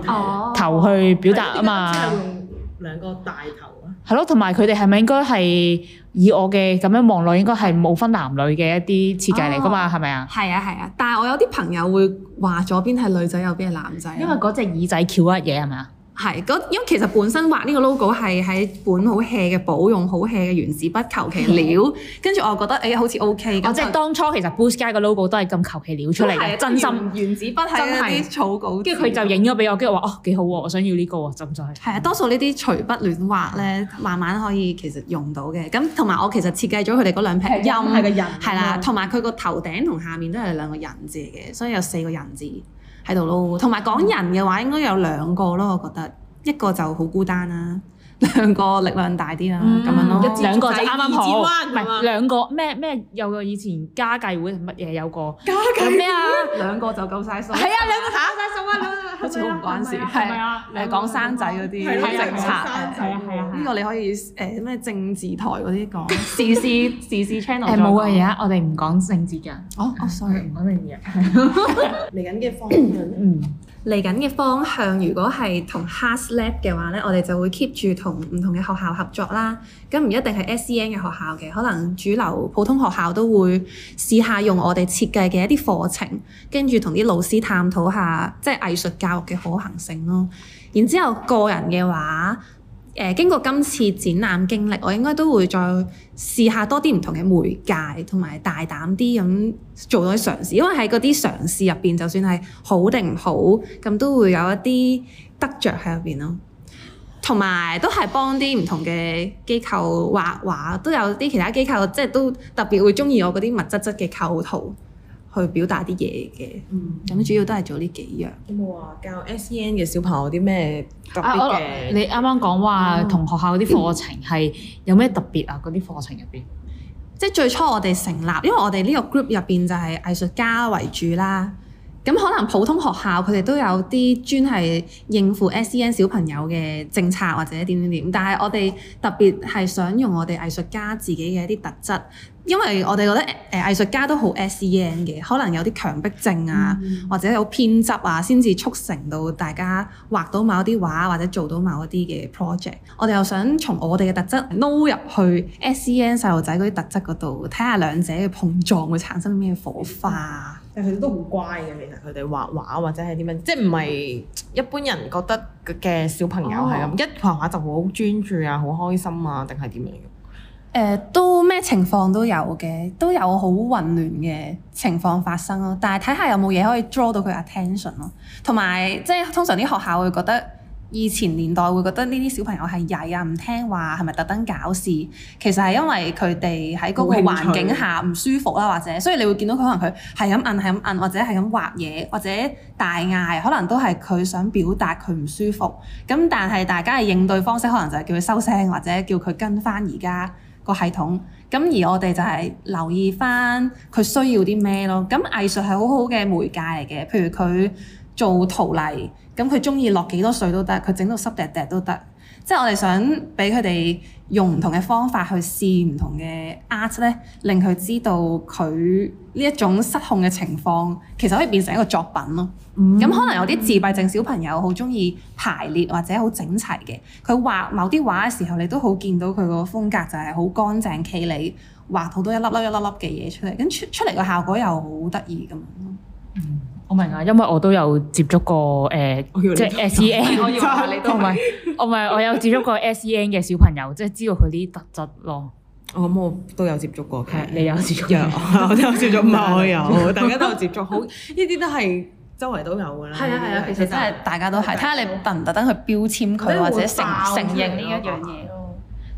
去哦頭去表達啊嘛。即係用兩個大頭啊，係咯，同埋佢哋係咪應該係以我嘅咁樣望落，應該係冇分男女嘅一啲設計嚟噶嘛？哦係咪啊？係啊係啊，但係我有啲朋友會話左邊係女仔，右邊係男仔啊，因為嗰隻耳仔翹一嘢係咪啊？係嗰，因為其實本身畫呢個 logo 係喺本好 hea 嘅簿，用好 hea 嘅原子筆求其料， 跟住我又覺得誒、哎好似 OK 咁哦，就，即係當初其實 Blue Sky 個 logo 都係咁求其撩出嚟都係嘅，真心。原原子筆係真係一啲草稿，跟住佢就。影咗俾我，跟住我話哦幾好喎，我想要呢個喎，就唔就係。係啊，多數呢啲隨筆亂畫咧，慢慢可以其實用到嘅。咁同埋我其實設計咗佢哋嗰兩撇音，係個人係啦，同埋佢個頭頂同下面都係兩個人字嚟嘅，所以有四個人字喺度咯。同埋講人嘅話，應該有兩個咯，我覺得一個就好孤單啦，兩個力量大啲啦，嗯咁樣咯。一支兩個就啱啱好，二唔支彎咁啊係兩個咩咩有個以前家計會係乜嘢有個加緊咩啊？ 兩個就夠晒數。係啊，兩個 好似好唔關事，係咪啊？誒講生仔嗰啲係啊政策，係啊係啊。呢個你可以誒咩政治台嗰 啲講，時事時事 channel 誒再冇啊！講而家我哋唔講政治㗎，哦哦，sorry。唔講政治嘅。嚟緊嘅方向咧，嗯。嚟緊嘅方向，如果係同 Has Lab 嘅話咧，我哋就會 keep 住同唔同嘅學校合作啦。咁唔一定係 SEN 嘅學校嘅，可能主流普通學校都會試下用我哋設計嘅一啲課程，跟住同啲老師探討下即係藝術教育嘅可行性咯。然之後個人嘅話，誒、經過今次展覽經歷，我應該都會再試下多啲唔同嘅媒介，同埋大膽啲咁做多啲嘗試。因為喺嗰啲嘗試入邊，就算係好定唔好，咁都會有一啲得着喺入邊咯。同埋都係幫啲唔同嘅機構畫畫，都有啲其他機構即係都特別會中意我嗰啲密質質嘅構圖去表達啲嘢嘅。嗯，咁主要都係做呢幾樣。有冇話教 SEN E 嘅小朋友啲咩特啊別我嘅？你啱啱講話嗯同學校嗰啲課程係有咩特別啊？嗰啲課程入邊，即係最初我哋成立，因為我哋呢個 group 入邊就係藝術家為主啦。咁可能普通學校佢哋都有啲專係應付 SEN 小朋友嘅政策或者點點點，但係我哋特別係想用我哋藝術家自己嘅一啲特質，因為我哋覺得誒、呃、藝術家都好 SEN 嘅，可能有啲強迫症啊，或者有偏執啊，先至促成到大家畫到某一啲畫或者做到某一啲嘅 project。我哋又想從我哋嘅特質撈入去 SEN 細路仔嗰啲特質嗰度，睇下兩者嘅碰撞會產生咩火花。啊但係佢哋都好乖嘅，其實佢哋畫畫或者係啲咩，即係唔係一般人覺得嘅小朋友係咁，一畫畫就好專注啊，好開心啊，定係點樣嘅？誒、呃都咩情況都有嘅，都有好混亂嘅情況發生咯。但係睇下有冇嘢可以 draw 到佢 attention 咯，同埋即係通常啲學校會覺得以前年代會覺得呢啲小朋友係曳啊，唔聽話，係咪特登搞事？其實係因為佢哋喺嗰個冇興趣環境下唔舒服啊啦，或者所以你會見到佢可能佢係咁摁係咁摁，或者係咁畫嘢，或者大嗌，可能都係佢想表達佢唔舒服。咁但係大家嘅應對方式可能就係叫佢收聲，或者叫佢跟翻而家個系統。咁而我哋就係留意翻佢需要啲咩咯。咁藝術係好好嘅媒介嚟嘅，譬如佢做陶泥，咁佢中意落幾多水都得，佢整到濕滴滴都得。即係我哋想俾佢哋用唔同嘅方法去試唔同嘅 art 咧，令佢知道佢呢一種失控嘅情況，其實可以變成一個作品咯。咁、可能有啲自閉症小朋友好中意排列或者好整齊嘅，佢畫某啲畫嘅時候，你都好見到佢個風格就係好乾淨企理，畫好多一粒粒一粒粒嘅嘢出嚟，跟出出嚟個效果又好得意咁樣咯。我明啊，因為我都有接觸過誒，呃我以為你即係 SEN，我以為你都唔係，我唔係，我有接觸過 SEN 嘅小朋友，即係知道佢啲特質咯。我諗我都有接觸過嘅，你有接觸有， 我都有接觸， 唔係我有，大家都有接觸，好呢啲都係周圍都有㗎啦。係啊係啊，其其實實真真係係大家都係睇下你特唔特登去標籤佢或者承承認呢一樣嘢。咯。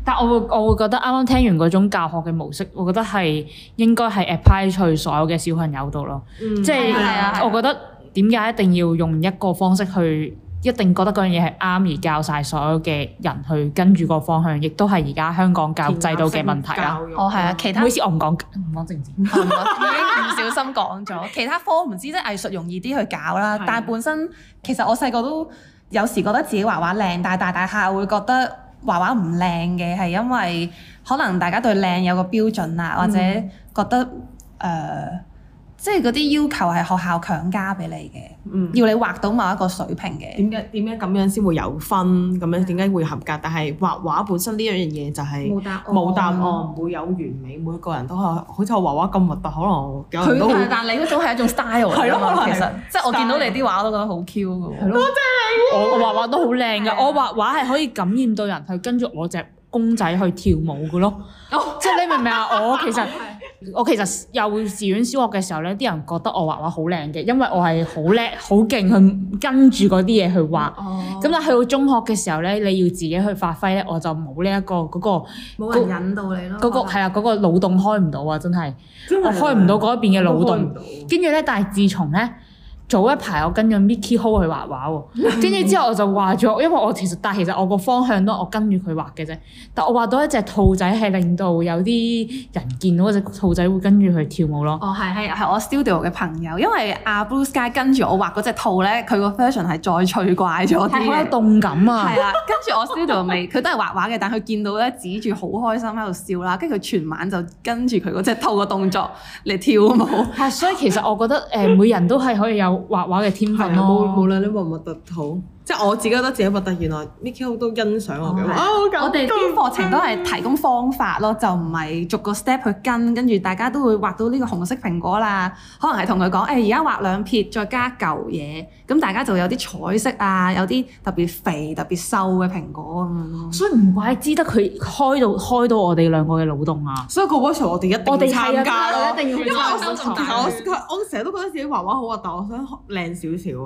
但我會我會覺得啱啱聽完嗰種教學嘅模式，我覺得係應該係 apply 去所有嘅小朋友度咯。即係係啊係啊我覺得點解一定要用一個方式去，一定覺得嗰樣嘢係啱而教晒所有嘅人去跟住個方向，亦都係而家香港教育制度嘅問題啦。哦，係啊，其唔他好意思，我唔講唔講政治。我已經唔小心講咗，其他科唔知即係藝術容易啲去搞啦係，但係本身其實我細個都有時覺得自己畫畫靚，但係大大下會覺得畫畫唔靚嘅，係因為可能大家對靚有個標準啊，或者覺得誒、呃即係嗰啲要求係學校強加俾你嗯嘅，要你畫到某一個水平嘅。點解點解咁樣先會有分？咁樣點解會合格？但係畫畫本身呢樣嘢就係答冇答案，唔會有完美，每個人都係好似我畫畫咁核突，可能有佢人都會但係你嗰種係一種 style 嚟㗎係咯係嘛，其實即係我見到你啲畫我都覺得好 Q 㗎喎。我我畫畫都好靚噶，我畫畫係可以感染到人去跟住我隻公仔去跳舞噶咯。即係你明唔明啊？我 其實我其實幼稚園、小學嘅時候咧，啲人覺得我畫畫好靚嘅，因為我係好叻、好勁去跟住嗰啲嘢去畫。哦，咁但係去到中學嘅時候咧，你要自己去發揮咧，我就冇呢一個嗰、個冇人引導你咯嗰、個係啊嗰個腦洞開唔到啊！真係我開唔到嗰邊嘅腦都開洞唔。到跟住咧，但係自從咧早一排我跟咗 Mickey Ho 去畫畫 喎，跟住之後我就畫咗，因為我其實但係其實我個方向都我跟住佢畫嘅啫，但我畫到一隻兔仔係令到有啲人見到嗰只兔仔會跟住佢跳舞咯。哦，係係係我 studio 嘅朋友，因為阿 Blue Sky 跟住我畫嗰只兔咧，佢個 version 係再趣怪咗啲係好有嘅。動感啊！係啦，跟住我 studio 未，佢都係畫畫嘅，但佢見到咧指住好開心喺度笑啦，跟住佢全晚就跟住佢嗰只兔個動作嚟跳舞。係，啊所以其實我覺得誒、每人都係可以有畫畫嘅天係分啊，咯。無無論你核唔核突好，即係我自己覺得自己核突，原來 Mickey 好都欣賞我嘅哦話。啊好搞我哋啲課程都係提供方法咯，就唔係逐個 step 去跟，跟住大家都會畫到呢個紅色蘋果啦。可能係同佢講，誒而家畫兩撇，再加嚿嘢，咁大家就有啲彩色啊，有啲特別肥、特別瘦嘅蘋果咁樣咯。所以唔怪之得佢開到開到我哋兩個嘅腦洞啊！所以個 workshop 我哋一定我哋係啊參加真係咯，一定要去因為我參加想，但我我成日都覺得自己畫畫好核突，我想靚少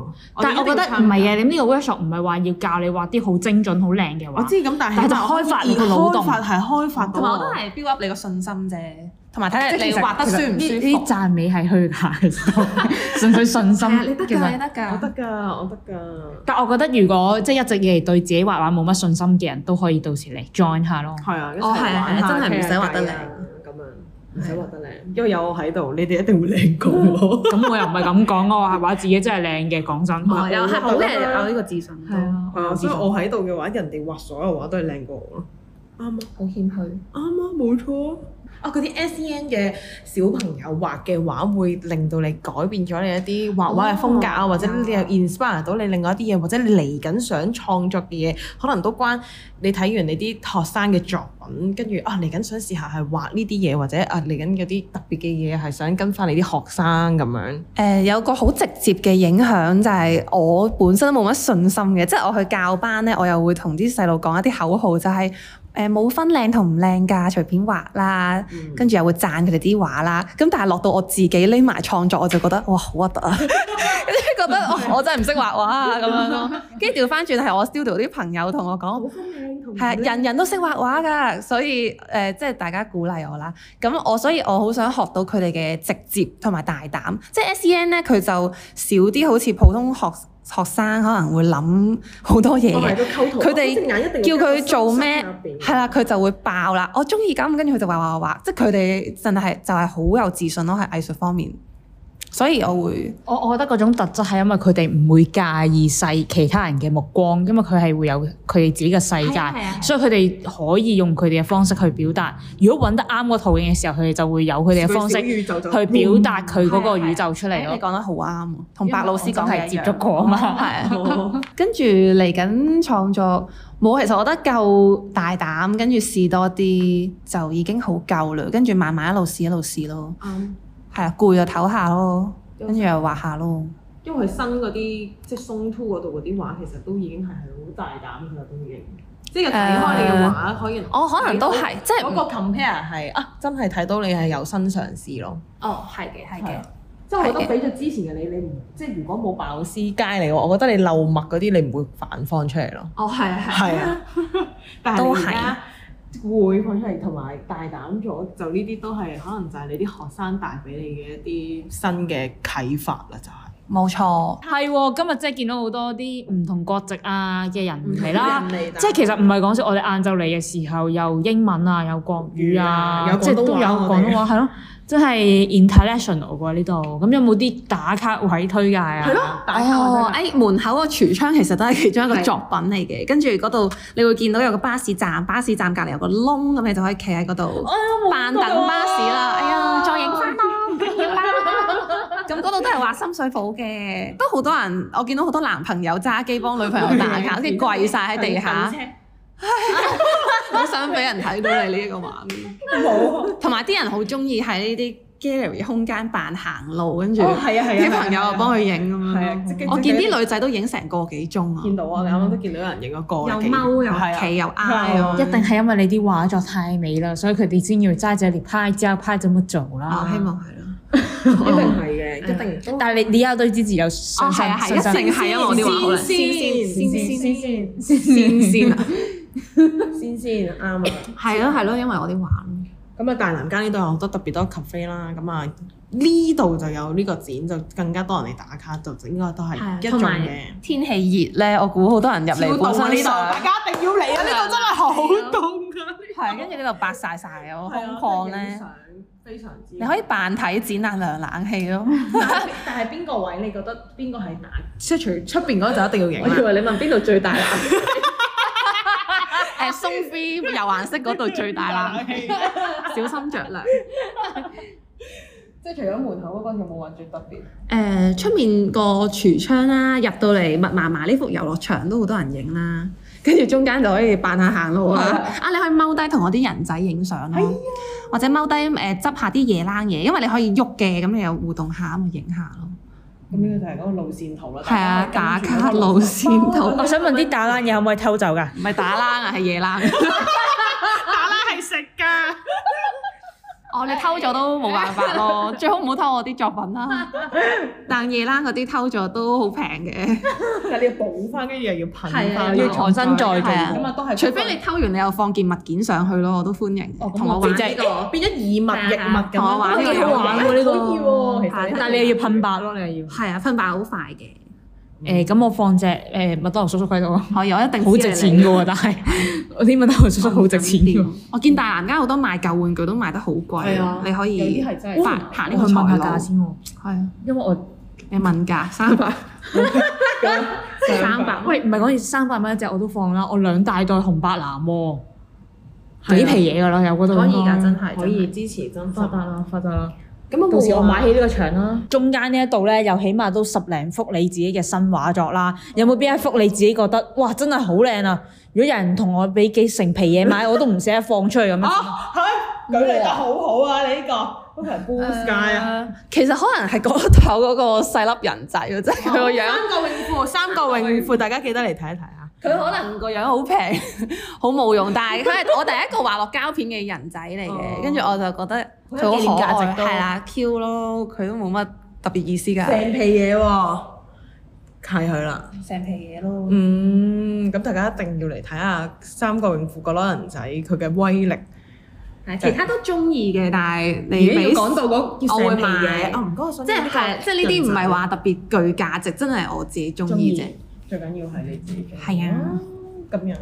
少。但係我覺得哋一定要參加唔係啊嘅，你呢個 workshop 唔係話要教你畫啲好精準、好靚嘅畫。我知咁，但係但係就開發你個腦洞開發係開發到同埋我都我。係 build up 你個信心啫，哦同埋睇下即係你其實畫得舒唔呢舒啲服。讚美係虛假嘅，純粹信心係啊，你得其㗎，你實。得我得㗎。㗎，我得但我覺得如果即係一直以嚟對自己畫畫冇乜信心嘅人都可以到時嚟 join 下咯。㗎，係啊，一齊哦係啊玩下係啊真係唔使傾下畫得偈啊咁樣，唔使畫得靚，因為有我喺度，你哋一定會靚過我。咁我又唔係咁講，我畫畫自己真係靚嘅，講真。哦又係好嘅，我有呢個自信。係啊，係啊，所以我喺度嘅話，人哋畫所有畫都係靚過我咯。啱啊！好謙虛。啱啊，冇錯啊！嗰啲 S.E.N 嘅小朋友畫嘅畫，會令到你改變咗你一啲畫畫嘅風格哦啊，或者你又 inspire 到你另外一啲嘢，或者你嚟緊想創作嘅嘢，可能都關你睇完你啲學生嘅作品，跟住啊嚟緊想試下係畫呢啲嘢，或者啊嚟緊有啲特別嘅嘢係想跟翻你啲學生咁樣。誒、呃有個好直接嘅影響就係、我本身都冇乜信心嘅，即係我去教班咧，我又會同啲細路講一啲口號，就係、誒冇分靚同唔靚㗎，隨便畫啦，跟住又會讚佢哋啲畫啦。咁但係落到我自己匿埋創作，我就覺得哇好核突啊！跟住覺得哦我真係唔識畫畫啊咁樣咯。跟住調翻轉係我 studio 啲朋友同我講，係啊，人人都識畫畫㗎，所以誒、呃即係大家鼓勵我啦。咁我所以我好想學到佢哋嘅直接同埋大膽，即係 SEN 咧佢就少啲好似普通學學生可能會諗好多嘢我嘅咪。都哦溝通，啊佢哋叫佢做咩係係啦，佢就會爆啦。我中意咁，跟住佢就畫畫畫畫，即係佢哋真係就係好有自信咯，喺藝術方面。所以我會我我覺得嗰種特質係因為佢哋唔會介意世其他人嘅目光，因為佢係會有佢哋自己嘅世係啊係啊界，所以佢哋可以用佢哋嘅方式去表達。如果揾得啱個途徑嘅時候，佢哋就會有佢哋嘅方式小宇宙就去表達佢嗰嗯啊個宇宙出嚟你咯。講得好啱啊，同白老師講嘅係一接樣觸過啊嘛。係啊，跟住嚟緊創作冇，其實我覺得夠大膽，跟住試多啲就已經好夠啦。跟住慢慢一路試一路試咯，啱，係啊，攰就唞下咯，跟住又畫下咯。因為佢新嗰啲即係松 two 嗰度嗰啲畫，其實都已經係好大膽㗎啦，都已經。即係睇開你嘅畫，可以我嗯可能都係即係嗰個 compare 係啊，真係睇到你係有新嘗試咯。哦，係嘅，係係啊即係我覺得俾咗之前嘅你，你唔即係如果冇白老師街嚟嘅話，我覺得你漏墨嗰啲你唔會反放出嚟咯。哦，係啊，係啊， 但係都你係而家會放出嚟同埋大膽咗，就呢啲都係可能就係你啲學生帶俾你嘅一啲新嘅啟發啦，就係、冇錯。係喎，今日真係見到好多啲唔同國籍啊嘅人嚟啦唔嗯同嘅人嚟，即係其實唔係講笑，我哋晏晝嚟嘅時候有英文啊，有國語啊，有廣東話即係都有廣東話，係咯，真係 international 喎呢度。咁有冇啲打卡位推介啊？係咯，大家哦，誒門口個櫥窗其實都係其中一個作品嚟嘅，跟住嗰度你會見到有個巴士站，巴士站隔離有個窿，咁你就可以企喺嗰度哦扮啊等巴士啦。哎呀，再影翻啦，唔緊 要啦。咁嗰度都係畫深水埗嘅，都好多人，我見到好多男朋友揸機幫女朋友 打啊卡，跟住跪晒喺地下， 好想俾人睇到你呢一個畫面。哦冇，同埋啲人好中意喺呢啲 gallery 空間扮行路，跟住哦係啊係啊係啊啲朋友又幫佢影咁樣係啊咯即係。我見啲女仔都影成個幾鐘啊，見到啊，你啱啱都見到有人影咗個啦，又幾踎又係啊企又挨一咯。定係因為你啲畫作太美啦，所以佢哋先要揸住你拍，之後拍怎麼做啦我。啊希望係咯。一定係嘅，一定但係你你有對自己有信哦，心，係啊，係信心一定係因為我啲畫好靚。先先先先啊， 先先先啱啊！係咯係咯，因為我啲畫咯。咁啊，大南街呢度有好多特別多 cafe 啦，咁啊呢度就有呢個展，就更加多人嚟打卡，就應該都係啊一種同埋嘅。天氣熱咧，我估好多人入嚟本身想家一定要嚟啊！呢度真係好凍㗎，係跟住呢度白晒晒啊，係啊空曠咧，，非常之。你可以扮睇展覽涼冷氣咯。但係邊個位你覺得邊個係大？即係除出邊嗰個就一定要影啦。為你問邊度最大冷氣？ 誒松 free 油顏色嗰度最大冷氣，小心着涼。即係除咗門口嗰個，有冇話最特別？誒呃出、面個櫥窗啦，入到嚟密麻麻呢幅遊樂場都好多人影啦，跟住中間就可以扮下行路啊！啊，你可以踎低同我啲人仔影相啦，或者踎低誒執下啲夜冷嘢，因為你可以喐嘅，咁你又互動下咁咪影下咯。咁呢個就係嗰個路線圖啦。係啊，打卡路線圖，我想問啲打冷嘢可唔可以偷走㗎？唔係打冷啊，係夜冷。哦，你偷咗都冇辦法咯，最好唔好偷我啲作品啦。但夜冷嗰啲偷咗都好平嘅。 但係你要補翻，跟住又要噴係啊翻，要重新再做係啊咁啊，都係除非你偷完你又放件物件上去咯，我都歡迎。同哦我我玩即呢係個，變咗以物易物咁哦同我啊玩呢個好玩喎呢個，可以喎，其實係但係你又要噴白咯，你又要。係啊，分化好快誒嘅，咁、我放隻誒麥當勞叔叔喺度，可以我一定好值錢嘅喎，但係我啲麥當勞叔叔好值錢嘅喎。我見大南街好多賣舊玩具都賣得好貴，啊你可有以啲係真係發行呢我個去問下財價路。先喎，係啊，因為我你問價三百，三百。喂唔係講三百蚊一隻我都放啦，我兩大袋紅白藍喎，幾皮嘢㗎啦，有嗰度啊可以應該㗎，真係可以支持真心。啦，發達啦。咁啊，到時我買起呢個場。中間呢一度咧，又起碼都十零幅你自己嘅新畫作啦。有冇邊一幅你自己覺得哇真係好靚啊？如果有人同我俾幾成皮嘢買，我都唔捨得放出去咁樣。啊，係舉例得好好啊！你呢個好強 boost 界啊！其實可能係嗰頭嗰個細粒人仔，即係佢個樣。個泳褲，三個泳褲，大家記得嚟睇一睇啊！佢可能個樣好平， 好冇用，但係 佢係我第一個畫落膠片嘅人仔嚟哦嘅，跟住我就覺得好有紀佢念好可價值愛，都係啦，Q 咯，佢都冇乜特別意思㗎，成皮嘢喎，係佢啦。成皮嘢咯。嗯，咁大家一定要嚟睇下《三個泳褲角落人仔》佢嘅威力。係其他都中意嘅，但係你如果要俾講到嗰我會成皮嘢，買啊唔該，我想即係係即係呢啲唔係話特別具價值，真係我自己中意啫。最緊要係你自己。係啊，咁樣。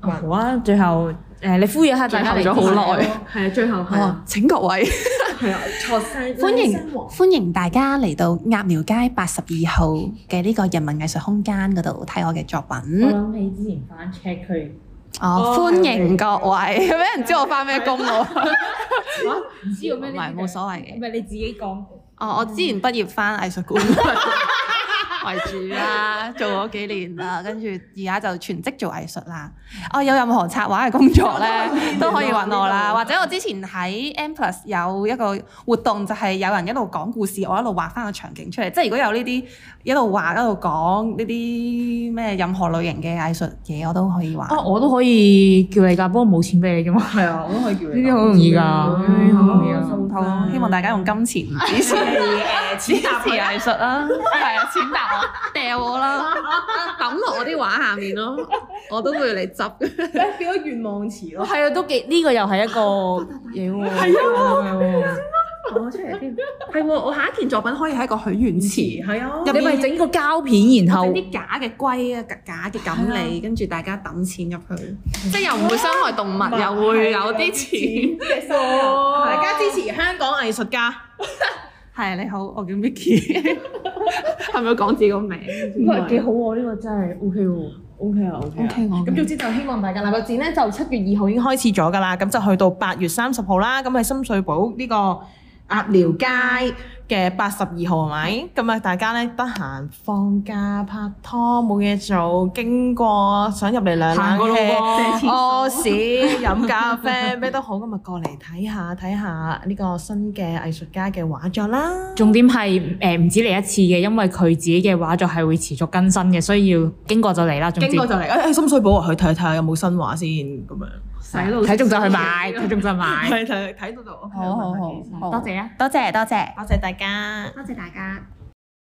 好啊，最後誒、你呼籲一下大家嚟最後咗好支耐持我，係啊，最後係啊，哦請各位錯晒 歡迎歡迎大家嚟到鴨寮街八十二號嘅呢個人民藝術空間嗰度睇我嘅作我品。諗起之前翻 check 佢，哦，歡迎各位， 俾人知我翻咩工咯？唔知道咩？唔係冇所謂唔嘅。係你自己講。哦，我之前畢業翻藝術 館為主啦，做咗幾年啦，跟住而家就全職做藝術啦。哦，有任何策劃嘅工作咧， 都可以揾我啦。或者我之前喺 M Plus 有一個活動，就係有人一路講故事，我一路畫翻個場景出嚟。即係如果有呢啲一路畫一路講呢啲咩任何類型嘅藝術嘢，我都可以畫。啊，我都可以叫你㗎，不過冇錢俾你啫嘛。係啊，我都可以叫呢啲好容易㗎，唉嗯好容易啊。 好，希望大家用金錢支持 誒錢搭佢藝術啦，係啊，錢搭我 掉我啦，抌落我啲畫下面 咯，我都會嚟執嘅。變咗願望詞咯。係啊，都幾呢個又係一 個嘢喎。係啊，講出嚟添，係喎，我下一件作品可以係一個許願池，係啊，你咪整個膠片，然嗯整後啲假嘅龜啊、假嘅錦鯉，跟住大家抌錢入去，即係又唔會傷害動物，又會有啲錢。大家支持香港藝術家。係你好，我叫 Micky，係咪要講自己個名？喂，幾好喎！呢個真係 O K 喎。 O K 啊，O K 啊。哦我咁總之就希望大家嗱個展咧就七月二號已經開始咗㗎啦，咁就去到八月三十號啦，咁喺深水埗呢個鴨寮街嘅八十二號係咪？咁啊大家咧得閒放假拍拖冇嘢做，經過想入嚟兩冷 氣、屙屎、飲咖啡咩都好，咁咪過嚟睇下睇下呢個新嘅藝術家嘅畫作啦。重點係誒唔止嚟一次嘅，因為佢自己嘅畫作係會持續更新嘅，所以要經過就嚟啦。總之經過就嚟，誒、哎、深水埗啊，去睇睇下有冇新畫先咁樣。睇中就去買，睇中就買。係睇睇到就 OK，好好冇問題好，多謝啊！多謝多謝。多謝大家。多謝大家。